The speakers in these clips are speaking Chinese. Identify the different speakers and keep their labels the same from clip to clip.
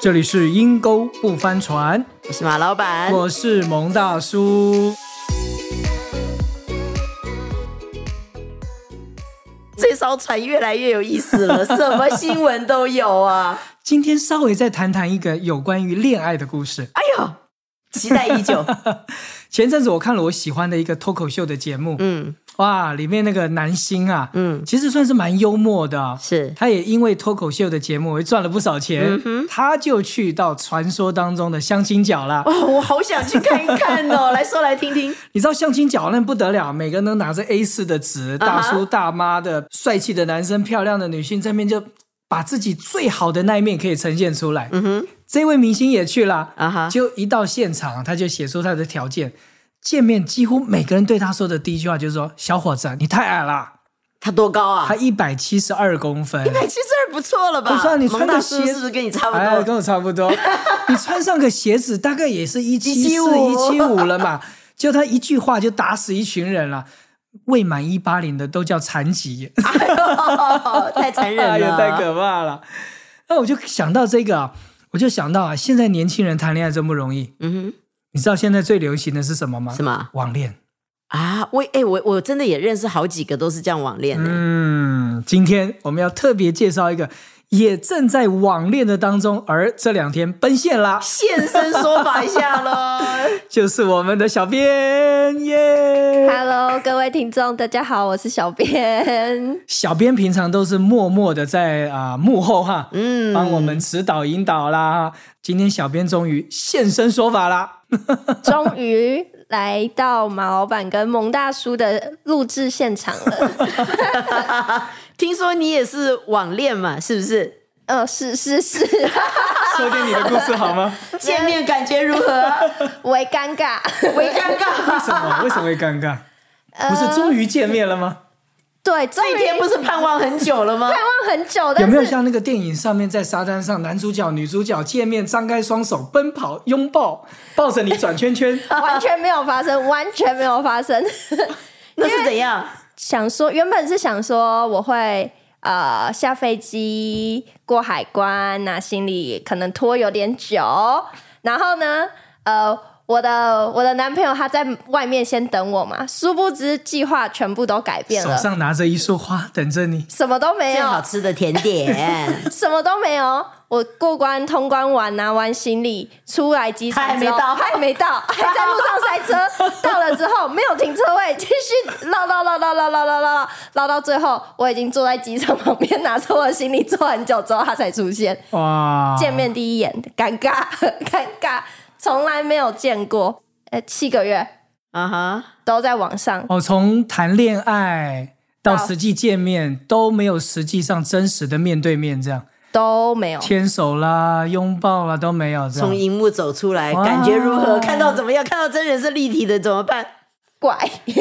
Speaker 1: 这里是阴沟不翻船，
Speaker 2: 我是马老板，
Speaker 1: 我是蒙大叔。
Speaker 2: 这艘船越来越有意 思了，什么新闻都有啊！
Speaker 1: 今天稍微再谈谈一个有关于恋爱的故事。
Speaker 2: 哎呦，期待 已久。
Speaker 1: 前阵子我看了我喜欢的一个脱口秀的节目，
Speaker 2: 嗯
Speaker 1: 哇，里面那个男星啊，
Speaker 2: 嗯，
Speaker 1: 其实算是蛮幽默的、啊。
Speaker 2: 是
Speaker 1: 他也因为脱口秀的节目赚了不少钱，
Speaker 2: 嗯哼
Speaker 1: 他就去到传说当中的相亲角了。
Speaker 2: 哦，我好想去看一看 哦，来说来听听。
Speaker 1: 你知道相亲角那不得了，每个人都拿着 A 四的纸，大
Speaker 2: 啊
Speaker 1: 叔大妈的、帅气的男生、漂亮的女性，这边就把自己最好的那一面可以呈现出来。
Speaker 2: 嗯哼，
Speaker 1: 这位明星也去了，
Speaker 2: 啊哈，
Speaker 1: 就一到现场，他就写出他的条件。见面几乎每个人对他说的第一句话就是说：“小伙子，你太矮了。
Speaker 2: 他多高”啊
Speaker 1: 他？一百七十二公分，
Speaker 2: 一百七十二不错了吧？
Speaker 1: 不啊错你穿
Speaker 2: 蒙
Speaker 1: 的
Speaker 2: 大叔
Speaker 1: 鞋
Speaker 2: 是不是跟你差不
Speaker 1: 哎，
Speaker 2: 多？
Speaker 1: 跟我差不 多。你穿上个鞋子，大概也是一七四、一七五
Speaker 2: 175
Speaker 1: 了嘛。就他一句话就打死一群人了。未满一八零的都叫残疾，
Speaker 2: 哎呦太残
Speaker 1: 哎
Speaker 2: 忍
Speaker 1: 呀，
Speaker 2: 了，
Speaker 1: 太可怕了。那我就想到这个啊，我就想到啊，现在年轻人谈恋爱真不容易。
Speaker 2: 嗯
Speaker 1: 你知道现在最流行的是什么吗
Speaker 2: 哼，？是吗？
Speaker 1: 网恋。
Speaker 2: 啊，我哎、我我真的也认识好几个都是这样网恋的、
Speaker 1: 嗯，今天我们要特别介绍一个也正在网恋的当中，而这两天奔现啦。
Speaker 2: 现身说法一下 喽。
Speaker 1: 就是我们的小编耶。
Speaker 3: Hello，各位听众，大家好，我是 小编。
Speaker 1: 小编平常都是默默的在啊、幕后哈，
Speaker 2: 嗯，
Speaker 1: 帮我们指导引导啦。今天小编终于现身说法啦。
Speaker 3: 终于来到马老板跟蒙大叔的录制现 场了。
Speaker 2: 听说你也是网恋嘛，是不是？
Speaker 3: 呃，是是是，
Speaker 1: 说点你的故事好吗？
Speaker 2: 见面感觉如 何？
Speaker 3: 为尴尬，
Speaker 2: 为尴
Speaker 1: 为
Speaker 2: 尬。
Speaker 1: 什么？为什么会尴尬？
Speaker 3: 呃
Speaker 1: 不是终于见面了吗？
Speaker 3: 对，终
Speaker 2: 这一
Speaker 3: 于
Speaker 2: 天不是盼望很久 了吗？
Speaker 3: 盼望很久，但
Speaker 1: 有
Speaker 3: 是
Speaker 1: 没有像那个电影上面在沙滩上，男主角女主角见面，张开双手奔跑拥抱，抱着你转圈圈？
Speaker 3: 完全没有发生，完全没有发生。
Speaker 2: 那是怎样？
Speaker 3: 想说，原本是想说我会呃下飞机过海关，那行李可能拖有点久，然后呢，呃，我的我的男朋友他在外面先等我嘛，殊不知计划全部都改变
Speaker 1: 手
Speaker 3: 了，
Speaker 1: 上拿着一束花等着你。
Speaker 3: 什么都没
Speaker 2: 最
Speaker 3: 有，
Speaker 2: 好吃的甜 点，
Speaker 3: 什么都没有。我过关通关完拿完行李出来机场
Speaker 2: 他还没
Speaker 3: 之后
Speaker 2: 到
Speaker 3: 还没 到，还在路上塞车。到了之后没有停车位，继续绕绕绕绕绕绕绕绕绕到最后，我已经坐在机场旁边，拿着我的行李坐很久之后，他才出现。
Speaker 2: 啊
Speaker 1: 哇！
Speaker 3: 见面第一眼，尴尬， 尴尬，从来没有见过。呃，七个月
Speaker 2: 啊哈，
Speaker 3: 都在网上，
Speaker 1: 哦，从谈恋爱到
Speaker 3: 到
Speaker 1: 实际见面都没有实际上真实的面对面，这样
Speaker 3: 都没有。
Speaker 1: 牵手啦、拥抱啦都没有
Speaker 3: 啊
Speaker 1: 这
Speaker 2: 从
Speaker 1: 样。
Speaker 2: 荧幕走出来，
Speaker 1: 哇
Speaker 2: 感觉如何？看到怎么样？看到真人是立体的怎么 办？
Speaker 3: 怪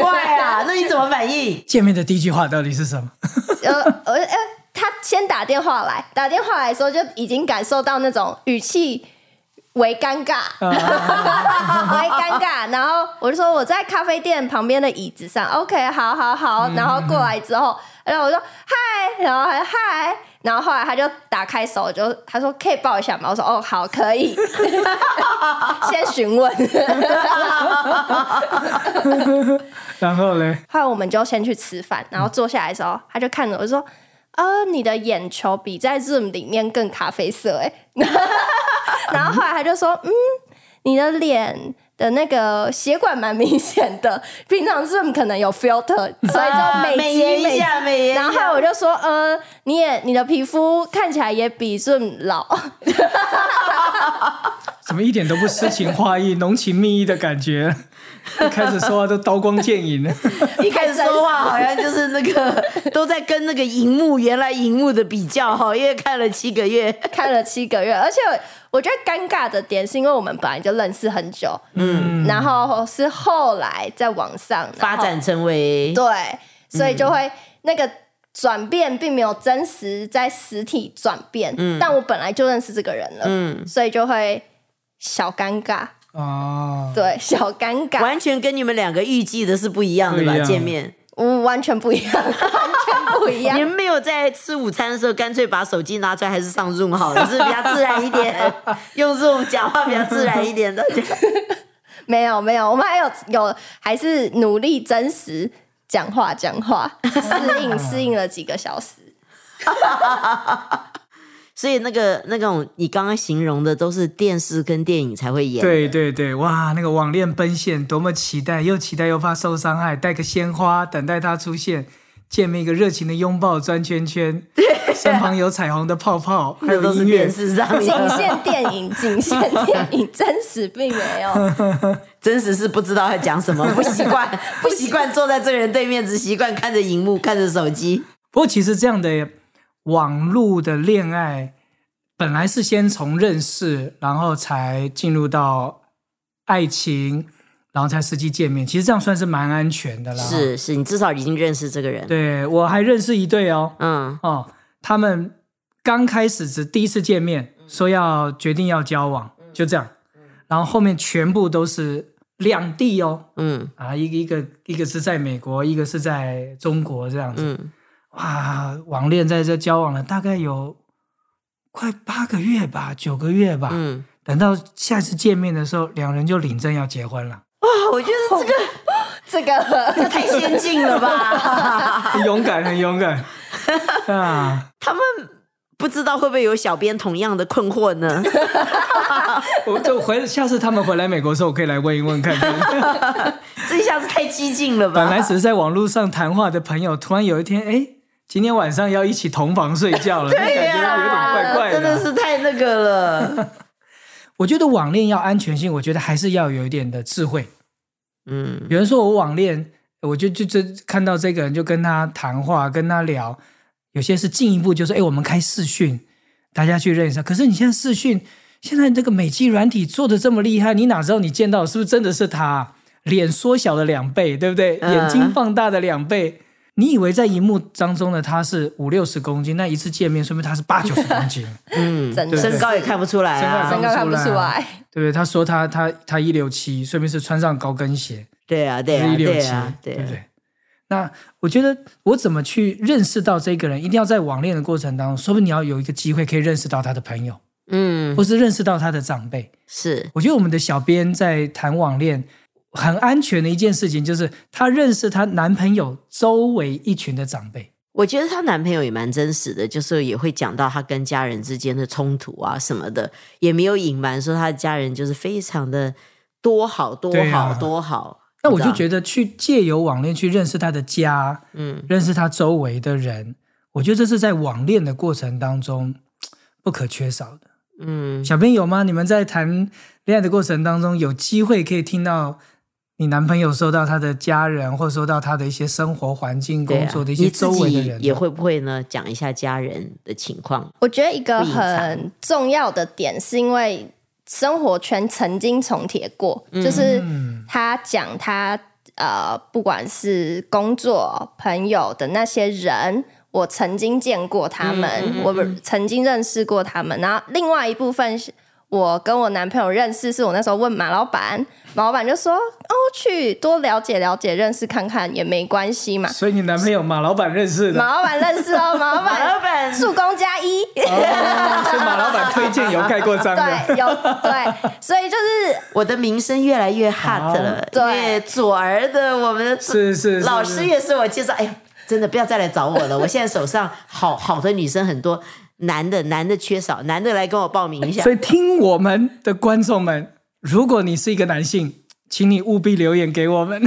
Speaker 2: 怪 啊！那你怎么反应？
Speaker 1: 见面的第一句话到底是什么？
Speaker 3: 呃呃呃，他先打电话来，打电话来的时候就已经感受到那种语气为尴尬， 为尴尬。然后我就说我在咖啡店旁边的椅子上，OK，好好好。然后过来之后，然后我说嗨，然后还嗨。然后后来他就打开手，就他说可以抱一下吗？我说哦好可以，先询问。
Speaker 1: 然后嘞，
Speaker 3: 后来我们就先去吃饭，然后坐下来的时候，他就看着我就说：“呃，你的眼球比在 Zoom 里面更咖啡色。”哎， 然后后来他就说：“嗯，你的脸。”的那个血管蛮明显的，平常 Zoom 可能有 filter，所以
Speaker 2: 啊
Speaker 3: 就
Speaker 2: 美
Speaker 3: 肌
Speaker 2: 颜
Speaker 3: 美
Speaker 2: 一下，美颜一下。
Speaker 3: 然后后来我就说，呃，你也你的皮肤看起来也比 Zoom 老，
Speaker 1: 怎么一点都不诗情画意、浓情蜜意的感 觉？一开始说话都刀光剑影了。
Speaker 2: 一开始说 话好像就是那个都在跟那个荧幕原来荧幕的比较哈，因为看了七个月，
Speaker 3: 开了七个月，而且我觉得尴尬的点是因为我们本来就认识很久，嗯，然后是后来在网上
Speaker 2: 发，展成为
Speaker 3: 然后对，所以就会那个转变并没有真实在实体转变，嗯，但我本来就认识这个人了，
Speaker 2: 嗯
Speaker 3: 所以就会小尴尬，
Speaker 1: 哦，
Speaker 3: 对，小尴尬，
Speaker 2: 完全跟你们两个预计的是不一样的
Speaker 1: 不一
Speaker 2: 吧？
Speaker 1: 样
Speaker 2: 见面
Speaker 3: 我完全不一样，完全不一样
Speaker 2: 你。们没有在吃午餐的时候，干脆把手机拿出来，还是上 Zoom 好了，是比较自然一 点，用 Zoom 讲话比较自然一点的。
Speaker 3: 没有没有，我们还有有还是努力真实讲话讲话，适 应适应了几个小时。
Speaker 2: 所以那个那种你刚刚形容的，都是电视跟电影才会演。
Speaker 1: 对对对，哇，那个网恋奔现，多么期待，又期待又怕受伤害，带个鲜花，等待他出现，见面一个热情的拥抱，转圈圈，身旁有彩虹的泡泡，还
Speaker 2: 这
Speaker 1: 有
Speaker 2: 啊都是
Speaker 1: 音乐
Speaker 2: 电，视上 面
Speaker 3: 仅
Speaker 2: 的，
Speaker 3: 限电影，仅限电影，真实并没有。
Speaker 2: 真实是不知道要讲什么，不习惯，不习惯坐在这个人对面，只习惯看着荧幕，看着手 机。
Speaker 1: 不过其实这样的网络的恋爱，本来是先从认识，然后才进入到爱情，然后才实际见面。其实这样算是蛮安全的啦。，
Speaker 2: 是是，你至少已经认识这个人。
Speaker 1: 对我还认识一对哦，
Speaker 2: 嗯，
Speaker 1: 哦，他们刚开始只第一次见面，说要决定要交往，就这样。然后后面全部都是两地哦，
Speaker 2: 嗯
Speaker 1: 啊，一个一个一个是在美国，一个是在中国这样子。
Speaker 2: 嗯，
Speaker 1: 哇，网恋在这交往了大概有快八个月吧，九个月吧。
Speaker 2: 嗯，
Speaker 1: 等到下次见面的时候，两人就领证要结婚 了，
Speaker 2: 哇，哦我觉得这个
Speaker 3: 这个
Speaker 2: 太先进了 吧！
Speaker 1: 很勇敢，很勇敢 啊！
Speaker 2: 他们不知道会不会有小编同样的困惑 呢？
Speaker 1: 我就回下次他们回来美国的时候，我可以来问一问看 看。
Speaker 2: 这一下子太激进了吧？
Speaker 1: 本来只是在网络上谈话的朋友，突然有一天，哎，今天晚上要一起同房睡觉了，那感
Speaker 2: 对呀、
Speaker 1: 觉有点怪怪
Speaker 2: 真的是太那个了。
Speaker 1: 我觉得网恋要安全性，我觉得还是要有一点的智慧。
Speaker 2: 嗯，
Speaker 1: 有人说我网恋，我就就就看到这个人就跟他谈话，跟他聊，有些是进一步就是，哎，我们开视讯，大家去认识。可是你现在视讯，现在这个美肌软体做的这么厉害，你哪知道你见到的是不是真的是他？脸缩小了两倍，对不对？
Speaker 2: 嗯
Speaker 1: 眼睛放大的两倍。你以为在荧幕当中的他是五六十公斤，那一次见面说明他是八九十公斤，
Speaker 3: 真的
Speaker 1: 对
Speaker 2: 嗯身高也看不出来
Speaker 1: 身高也
Speaker 2: 啊
Speaker 1: 看。
Speaker 3: 身高看不出来，
Speaker 1: 对不对？他说他他他一六七，说明是穿上高跟鞋，
Speaker 2: 对啊，对啊，
Speaker 1: 一六
Speaker 2: 对
Speaker 1: 七
Speaker 2: 啊，，对
Speaker 1: 不
Speaker 2: 啊。
Speaker 1: 对？那我觉得我怎么去认识到这个人，一定要在网恋的过程当中，说不定你要有一个机会可以认识到他的朋友，
Speaker 2: 嗯，
Speaker 1: 或是认识到他的长辈。
Speaker 2: 是，
Speaker 1: 我觉得我们的小编在谈网恋很安全的一件事情，就是她认识她男朋友周围一群的长辈。
Speaker 2: 我觉得她男朋友也蛮真实的，就是也会讲到她跟家人之间的冲突啊什么的，也没有隐瞒说她的家人就是非常的多好多
Speaker 1: 对
Speaker 2: 好
Speaker 1: 啊
Speaker 2: 多好。
Speaker 1: 那我就
Speaker 2: 得，
Speaker 1: 觉得去借由网恋去认识他的家，
Speaker 2: 嗯，
Speaker 1: 认识他周围的人，我觉得这是在网恋的过程当中不可缺少的。
Speaker 2: 嗯，
Speaker 1: 小编有吗？你们在谈恋爱的过程当中，有机会可以听到你男朋友说到他的家人，或者说到他的一些生活环境、
Speaker 2: 对
Speaker 1: 工
Speaker 2: 啊
Speaker 1: 作的一，些
Speaker 2: 你自
Speaker 1: 周围的
Speaker 2: 己
Speaker 1: 人，啊
Speaker 2: 也会不会呢？讲一下家人的情况。
Speaker 3: 我觉得一个
Speaker 2: 不隐藏
Speaker 3: 很重要的点，是因为生活圈曾经重叠过，
Speaker 2: 嗯
Speaker 3: 就是他讲他呃，不管是工作、朋友的那些人，我曾经见过他们，
Speaker 2: 嗯
Speaker 3: 我曾经认识过他们。然后另外一部分是。我跟我男朋友认识，是我那时候问马老板，马老板就说：“哦，去多了解了解，认识看看也没关系嘛。
Speaker 1: 所以你男朋友马老板认识”的，
Speaker 3: 马老板认识哦，马老
Speaker 2: 马老
Speaker 3: 板
Speaker 2: 板
Speaker 3: 助攻加一。
Speaker 1: 哦所以马老板推荐有盖过章的。
Speaker 3: 对，有对，所以就是
Speaker 2: 我的名声越来越 hot 了，
Speaker 3: 对
Speaker 2: 因为左儿的我们的
Speaker 1: 是是是
Speaker 2: 老师也是我介绍，哎呦，真的不要再来找我 了，我现在手上好好的女生很多，男的男的缺少，男的来跟我报名一下
Speaker 1: 所，以听我们的观众们，如果你是一个男性，请你务必留言给我 们，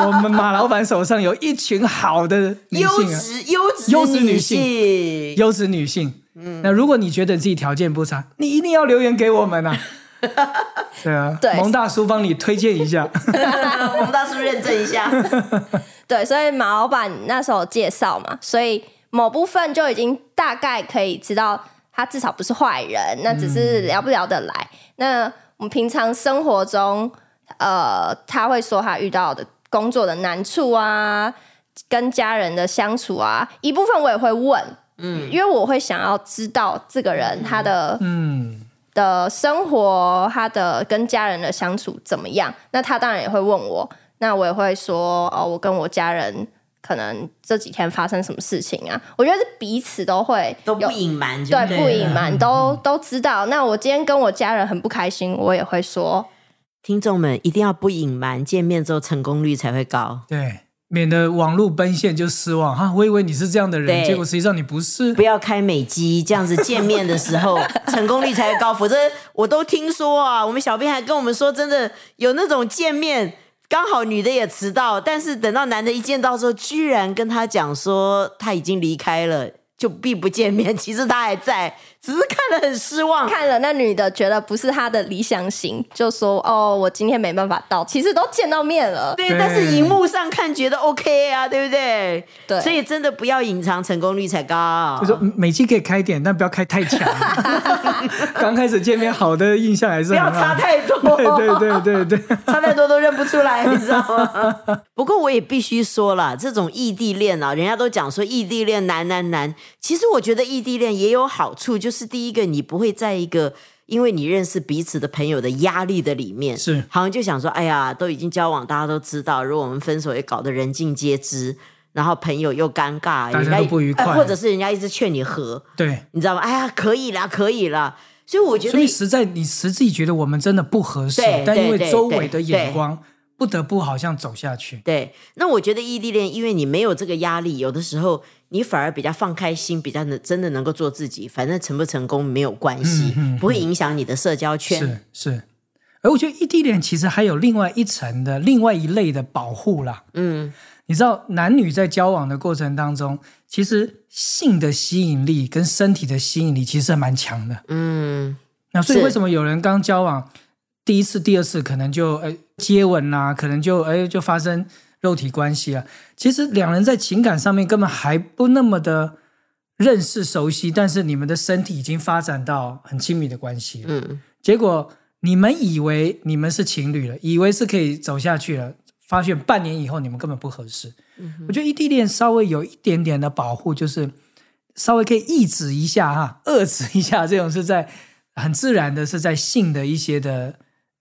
Speaker 1: 我们马老板手上有一群好的女
Speaker 2: 优
Speaker 1: 性啊。
Speaker 2: 质优质
Speaker 1: 优质
Speaker 2: 女
Speaker 1: 女性
Speaker 2: 性，
Speaker 1: 优质女性。那如果你觉得你自己条件不差，你一定要留言给我们 啊。对啊，
Speaker 3: 对
Speaker 1: 蒙大叔帮你推荐一 下。
Speaker 2: 我们大叔认证一 下，
Speaker 3: 对，所以马老板那时候介绍嘛，所以某部分就已经大概可以知道他至少不是坏人，那只是聊不聊得来。那我们平常生活中，呃，他会说他遇到的工作的难处啊，跟家人的相处啊，一部分我也会问，嗯，因为我会想要知道这个人他的
Speaker 1: 嗯，
Speaker 3: 的生活，他的跟家人的相处怎么样？那他当然也会问我，那我也会说哦，我跟我家人可能这几天发生什么事情啊，我觉得是彼此都会
Speaker 2: 都不
Speaker 3: 有
Speaker 2: 隐瞒就
Speaker 3: 对，
Speaker 1: 对
Speaker 3: 不
Speaker 1: 了
Speaker 3: 隐瞒，
Speaker 1: 嗯
Speaker 3: 都都知道。那我今天跟我家人很不开心，我也会说，
Speaker 2: 听众们一定要不隐瞒，见面之后成功率才会高。
Speaker 1: 对，免得网路奔现就失望哈。我以为你是这样的人，
Speaker 2: 对
Speaker 1: 结果实际上你不是
Speaker 2: 不。要开美肌，这样子见面的时候成功率才会高。否则我都听说啊，我们小编还跟我们说，真的有那种见面刚好女的也迟到，但是等到男的一见到之后，居然跟他讲说他已经离开了，就避不见面。其实他还在，只是看得很失望。
Speaker 3: 看了那女的觉得不是她的理想型，就说哦，我今天没办法到。其实都见到面了，
Speaker 2: 对，
Speaker 1: 对
Speaker 2: 但是荧幕上看觉得 OK 啊，对不对？
Speaker 3: 对
Speaker 2: 所以真的不要隐藏，成功率才高
Speaker 1: 就。说嗯每期可以开一点，但不要开太 强。 刚开始见面，好的印象还是
Speaker 2: 不
Speaker 1: 很
Speaker 2: 要
Speaker 1: 好。
Speaker 2: 差太多，
Speaker 1: 对对对对 对，
Speaker 2: 差太多都认不出来，你知道吗？ 不过我也必须说啦，这种异地恋啊，人家都讲说异地恋难难难。其实我觉得异地恋也有好处，就是第一个，你不会在一个因为你认识彼此的朋友的压力的里面，
Speaker 1: 是
Speaker 2: 好像就想说，哎呀，都已经交往，大家都知道，如果我们分手也搞得人尽皆知，然后朋友又尴尬，
Speaker 1: 大家
Speaker 2: 人家
Speaker 1: 都不愉快
Speaker 2: 哎或者是人家一直劝你和，
Speaker 1: 对。
Speaker 2: 你知道吗？哎呀，可以啦，可以啦。所以我觉得
Speaker 1: 所以实在你实际觉得我们真的不合适
Speaker 2: 对，
Speaker 1: 但因为
Speaker 2: 对对
Speaker 1: 周围的
Speaker 2: 对
Speaker 1: 眼
Speaker 2: 对
Speaker 1: 光，不得不好像走下去。
Speaker 2: 对，那我觉得异地恋，因为你没有这个压力，有的时候你反而比较放开心，比较能真的能够做自己，反正成不成功没有关系，
Speaker 1: 嗯嗯嗯
Speaker 2: 不会影响你的社交圈。
Speaker 1: 是是，而我觉得异地恋其实还有另外一层的另外一类的保护啦。
Speaker 2: 嗯，
Speaker 1: 你知道，男女在交往的过程当中，其实性的吸引力跟身体的吸引力其实还蛮强的。
Speaker 2: 嗯，
Speaker 1: 那所以
Speaker 2: 是
Speaker 1: 为什么有人刚交往第一次、第二次可能就哎接吻啦、可能就哎就发生肉体关系啊？其实两人在情感上面根本还不那么的认识熟悉，但是你们的身体已经发展到很亲密的关系了。
Speaker 2: 嗯，
Speaker 1: 结果你们以为你们是情侣了，以为是可以走下去了，发现半年以后你们根本不合适。我觉得异地恋稍微有一点点的保护，就是稍微可以抑制一下哈，遏制一下这种是在很自然的是在性的一些的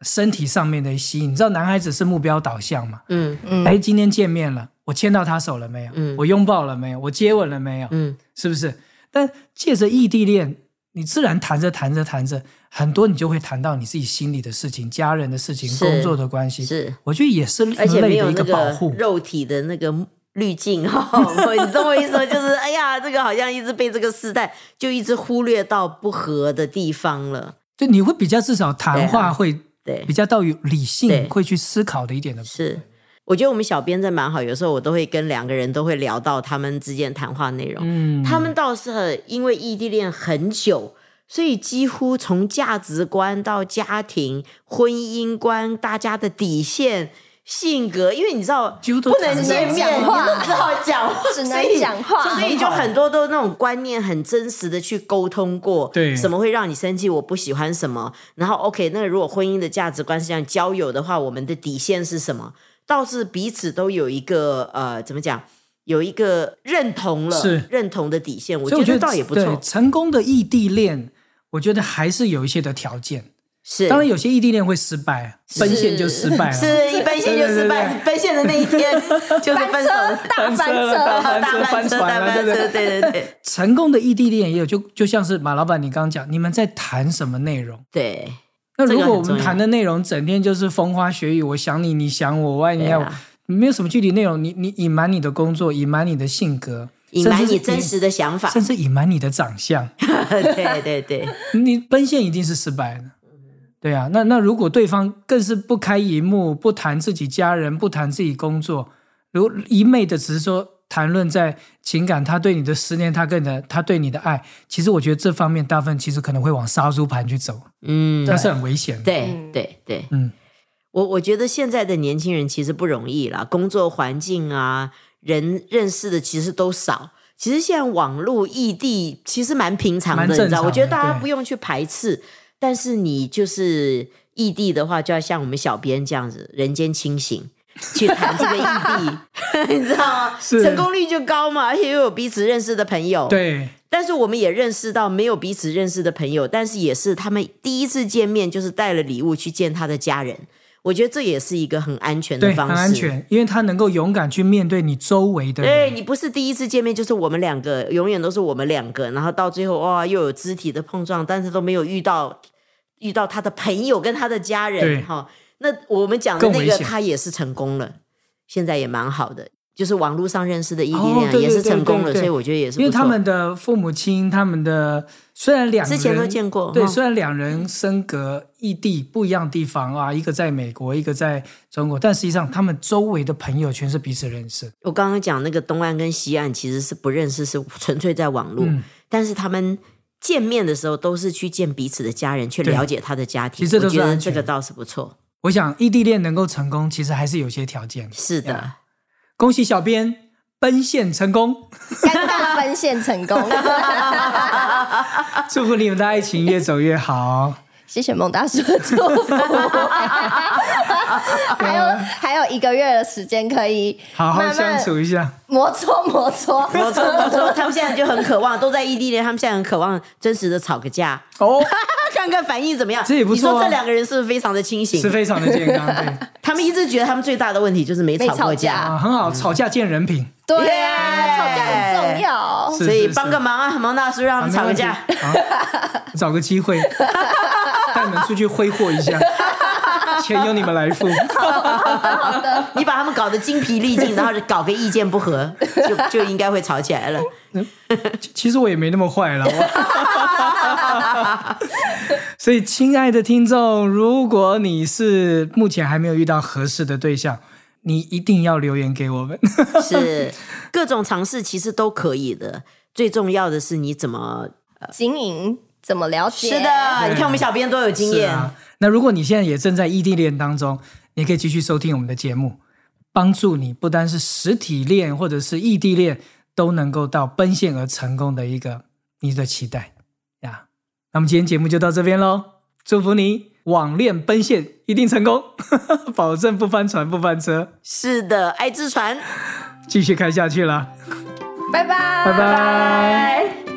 Speaker 1: 身体上面的吸引。你知道男孩子是目标导向嘛？
Speaker 2: 嗯，
Speaker 3: 嗯，
Speaker 1: 哎，今天见面了，我牵到他手了没有？
Speaker 2: 嗯
Speaker 1: 我拥抱了没有？我接吻了没有？
Speaker 2: 嗯，
Speaker 1: 是不是？但借着异地恋，你自然谈着谈着谈着，很多你就会谈到你自己心里的事情、家人的事情、
Speaker 2: 是
Speaker 1: 工作的关系。
Speaker 2: 是，
Speaker 1: 我觉得也是另
Speaker 2: 而且没
Speaker 1: 类
Speaker 2: 有
Speaker 1: 的一
Speaker 2: 那
Speaker 1: 保
Speaker 2: 个
Speaker 1: 护。
Speaker 2: 肉体的那个滤镜哈、哦，你懂我意思吗？就是 哎呀，这个好像一直被这个时代就一直忽略到不合的地方了。
Speaker 1: 就你会比较至少谈
Speaker 2: 对
Speaker 1: 话
Speaker 2: 啊
Speaker 1: 会
Speaker 2: 对
Speaker 1: 比，较到有理性，
Speaker 2: 对
Speaker 1: 会去思考的一点的。
Speaker 2: 是，我觉得我们小编真蛮好，有时候我都会跟两个人都会聊到他们之间的谈话内容。
Speaker 1: 嗯，
Speaker 2: 他们倒是很因为异地恋很久，所以几乎从价值观到家庭、婚姻观，大家的底线、性格，因为你知道
Speaker 1: 几乎都
Speaker 2: 不能
Speaker 1: 谈
Speaker 2: 见
Speaker 1: 了
Speaker 2: 面，
Speaker 3: 只能
Speaker 2: 你
Speaker 3: 讲话
Speaker 2: 都只好讲话，
Speaker 3: 只能
Speaker 2: 所以
Speaker 3: 讲话
Speaker 2: 所以就很多都那种观念很真实的去沟通过，
Speaker 1: 对
Speaker 2: 什么会让你生气，我不喜欢什么，然后 OK，那如果婚姻的价值观是这样，交友的话，我们的底线是什么？倒是彼此都有一个呃，怎么讲？有一个认同了，
Speaker 1: 是
Speaker 2: 认同的底线，我
Speaker 1: 所以
Speaker 2: 觉
Speaker 1: 我觉
Speaker 2: 得
Speaker 1: 得
Speaker 2: 倒也不
Speaker 1: 对
Speaker 2: 错。
Speaker 1: 成功的异地恋，我觉得还是有一些的条件。
Speaker 2: 是，
Speaker 1: 当然，有些异地恋会失败，奔现就失败了。
Speaker 2: 是一奔现就失
Speaker 1: 对
Speaker 2: 败，
Speaker 1: 对对对
Speaker 2: 奔现的那一天就是
Speaker 3: 翻
Speaker 2: 分
Speaker 3: 车
Speaker 2: 手 了，
Speaker 3: 大翻
Speaker 1: 车了
Speaker 3: 车，
Speaker 1: 翻
Speaker 2: 大
Speaker 1: 车
Speaker 2: 翻车，大
Speaker 1: 翻船了
Speaker 2: 翻
Speaker 1: 对
Speaker 2: 车，
Speaker 1: 不
Speaker 2: 对对对
Speaker 1: 成功的异地恋也有，就就像是马老板你刚刚讲，你们在谈什么内容？
Speaker 2: 对，
Speaker 1: 那
Speaker 2: 这个
Speaker 1: 如果
Speaker 2: 很
Speaker 1: 我
Speaker 2: 重
Speaker 1: 们
Speaker 2: 要
Speaker 1: 谈的内容整天就是风花雪雨，我想你，你想我，我爱你，
Speaker 2: 对
Speaker 1: 爱
Speaker 2: 啊
Speaker 1: 我，没有什么具体内容，你你隐瞒你的工作，隐瞒你的性格，
Speaker 2: 隐瞒
Speaker 1: 甚至
Speaker 2: 你
Speaker 1: 是
Speaker 2: 真实的想法，
Speaker 1: 甚至隐瞒你的长 相，
Speaker 2: 对对对，
Speaker 1: 你奔现一定是失败的。对啊，那那如果对方更是不开荧幕，不谈自己家人，不谈自己工作，如一昧的只是说谈论在情感，他对你的思念，他跟你的他对你的爱，其实我觉得这方面大部分其实可能会往杀猪盘去走，
Speaker 2: 嗯，
Speaker 1: 那是很危险的。
Speaker 2: 对
Speaker 3: 嗯
Speaker 2: 对对，
Speaker 1: 嗯，
Speaker 2: 我我觉得现在的年轻人其实不容易啦，工作环境啊，人认识的其实都少。其实现在网络异地其实蛮平常的，
Speaker 1: 蛮
Speaker 2: 你
Speaker 1: 正常的
Speaker 2: 知道？我觉得大家
Speaker 1: 对
Speaker 2: 不用去排斥，但是你就是异地的话，就要像我们小编这样子，人间清醒。去谈这个异地，你 知道吗？
Speaker 1: 是
Speaker 2: 成功率就高嘛，而且又有彼此认识的朋友。
Speaker 1: 对，
Speaker 2: 但是我们也认识到，没有彼此认识的朋友，但是也是他们第一次见面，就是带了礼物去见他的家人。我觉得这也是一个很安全的
Speaker 1: 对，
Speaker 2: 方
Speaker 1: 很
Speaker 2: 式。
Speaker 1: 安全，嗯因为他能够勇敢去面对你周围的
Speaker 2: 对
Speaker 1: 人。
Speaker 2: 哎你不是第一次见面，就是我们两个，永远都是我们两个，然后到最后哇，又有肢体的碰撞，但是都没有遇到遇到他的朋友跟他的家
Speaker 1: 对
Speaker 2: 人哈、那我们讲的
Speaker 1: 更
Speaker 2: 那
Speaker 1: 危
Speaker 2: 个
Speaker 1: 险
Speaker 2: 他也是成功了，现在也蛮好的，就是网络上认识的异地
Speaker 1: 哦
Speaker 2: 恋啊
Speaker 1: 对
Speaker 2: 也是
Speaker 1: 对对
Speaker 2: 成功
Speaker 1: 对
Speaker 2: 了，
Speaker 1: 对
Speaker 2: 所以我觉得也是
Speaker 1: 因为
Speaker 2: 不错
Speaker 1: 他们的父母亲，他们的虽然两人
Speaker 2: 之前都见过，
Speaker 1: 嗯对，
Speaker 2: 哈
Speaker 1: 虽然两人身隔异地不一样地方啊，一个在美国，一个在中国，但实际上他们周围的朋友全是彼此认识。
Speaker 2: 我刚刚讲那个东岸跟西岸其实是不认识，是纯粹在网络，
Speaker 1: 嗯
Speaker 2: 但是他们见面的时候都是去见彼此的家人，去
Speaker 1: 对
Speaker 2: 了解他的家庭。
Speaker 1: 其实这都
Speaker 2: 我
Speaker 1: 是
Speaker 2: 觉得
Speaker 1: 安全
Speaker 2: 这个倒是不错。
Speaker 1: 我想异地恋能够成功，其实还是有些条件。
Speaker 2: 是的，
Speaker 1: Yeah 恭喜小编奔现成功，
Speaker 3: 尴尬奔现成功。
Speaker 2: 啊
Speaker 1: 祝福你们的爱情越走越好。
Speaker 3: 谢谢孟大叔的祝福， 还有还有一个月的时间可以
Speaker 1: 好好
Speaker 3: 慢慢
Speaker 1: 相处一下。
Speaker 3: 磨搓磨搓。
Speaker 2: 我错我错，他们现在就很渴望，都在异地恋，他们现在很渴望真实的吵个架，
Speaker 1: 哦，
Speaker 2: 看看反应怎么样。
Speaker 1: 这也不错啊
Speaker 2: 你说这两个人是不是非常的清
Speaker 1: 是
Speaker 2: 醒？
Speaker 1: 非常的健康，对
Speaker 2: 他们一直觉得他们最大的问题就是没
Speaker 3: 没
Speaker 2: 吵
Speaker 3: 吵
Speaker 2: 过
Speaker 3: 架
Speaker 2: 架，
Speaker 1: 啊，很好，吵架见人品，
Speaker 3: 对呀、
Speaker 2: Yeah
Speaker 3: 吵架很重要。
Speaker 1: 是
Speaker 2: 所以
Speaker 1: 是是
Speaker 2: 帮个忙啊，蒙大叔让他
Speaker 1: 啊
Speaker 2: 们
Speaker 1: 没
Speaker 2: 吵个
Speaker 1: 问题
Speaker 2: 架。
Speaker 1: 好，找个机 会带你们出去挥霍一下，钱由你们来付。
Speaker 2: 你把他们搞得精疲 力尽，然后搞个意见不合，就就应该会吵起来了。
Speaker 1: 其实我也没那么坏了。我 所以，亲爱的听众，如果你是目前还没有遇到合适的对象，你一定要留言给我们。
Speaker 2: 是各种尝试其实都可以的，最重要的是你怎么。
Speaker 3: 经营怎么了解？
Speaker 2: 是的，你看我们小编多有经
Speaker 1: 是
Speaker 2: 验，
Speaker 1: 啊，那如果你现在也正在异地恋当中，你可以继续收听我们的节目，帮助你不单是实体恋或者是异地恋都能够到奔现而成功的一个你的期待呀。那么今天节目就到这边喽，祝福你网恋奔现一定成功， 保证不翻船不翻车，
Speaker 2: 是的，爱之船。
Speaker 1: 继续看下去了，
Speaker 3: 拜拜，
Speaker 1: 拜拜。
Speaker 3: 拜。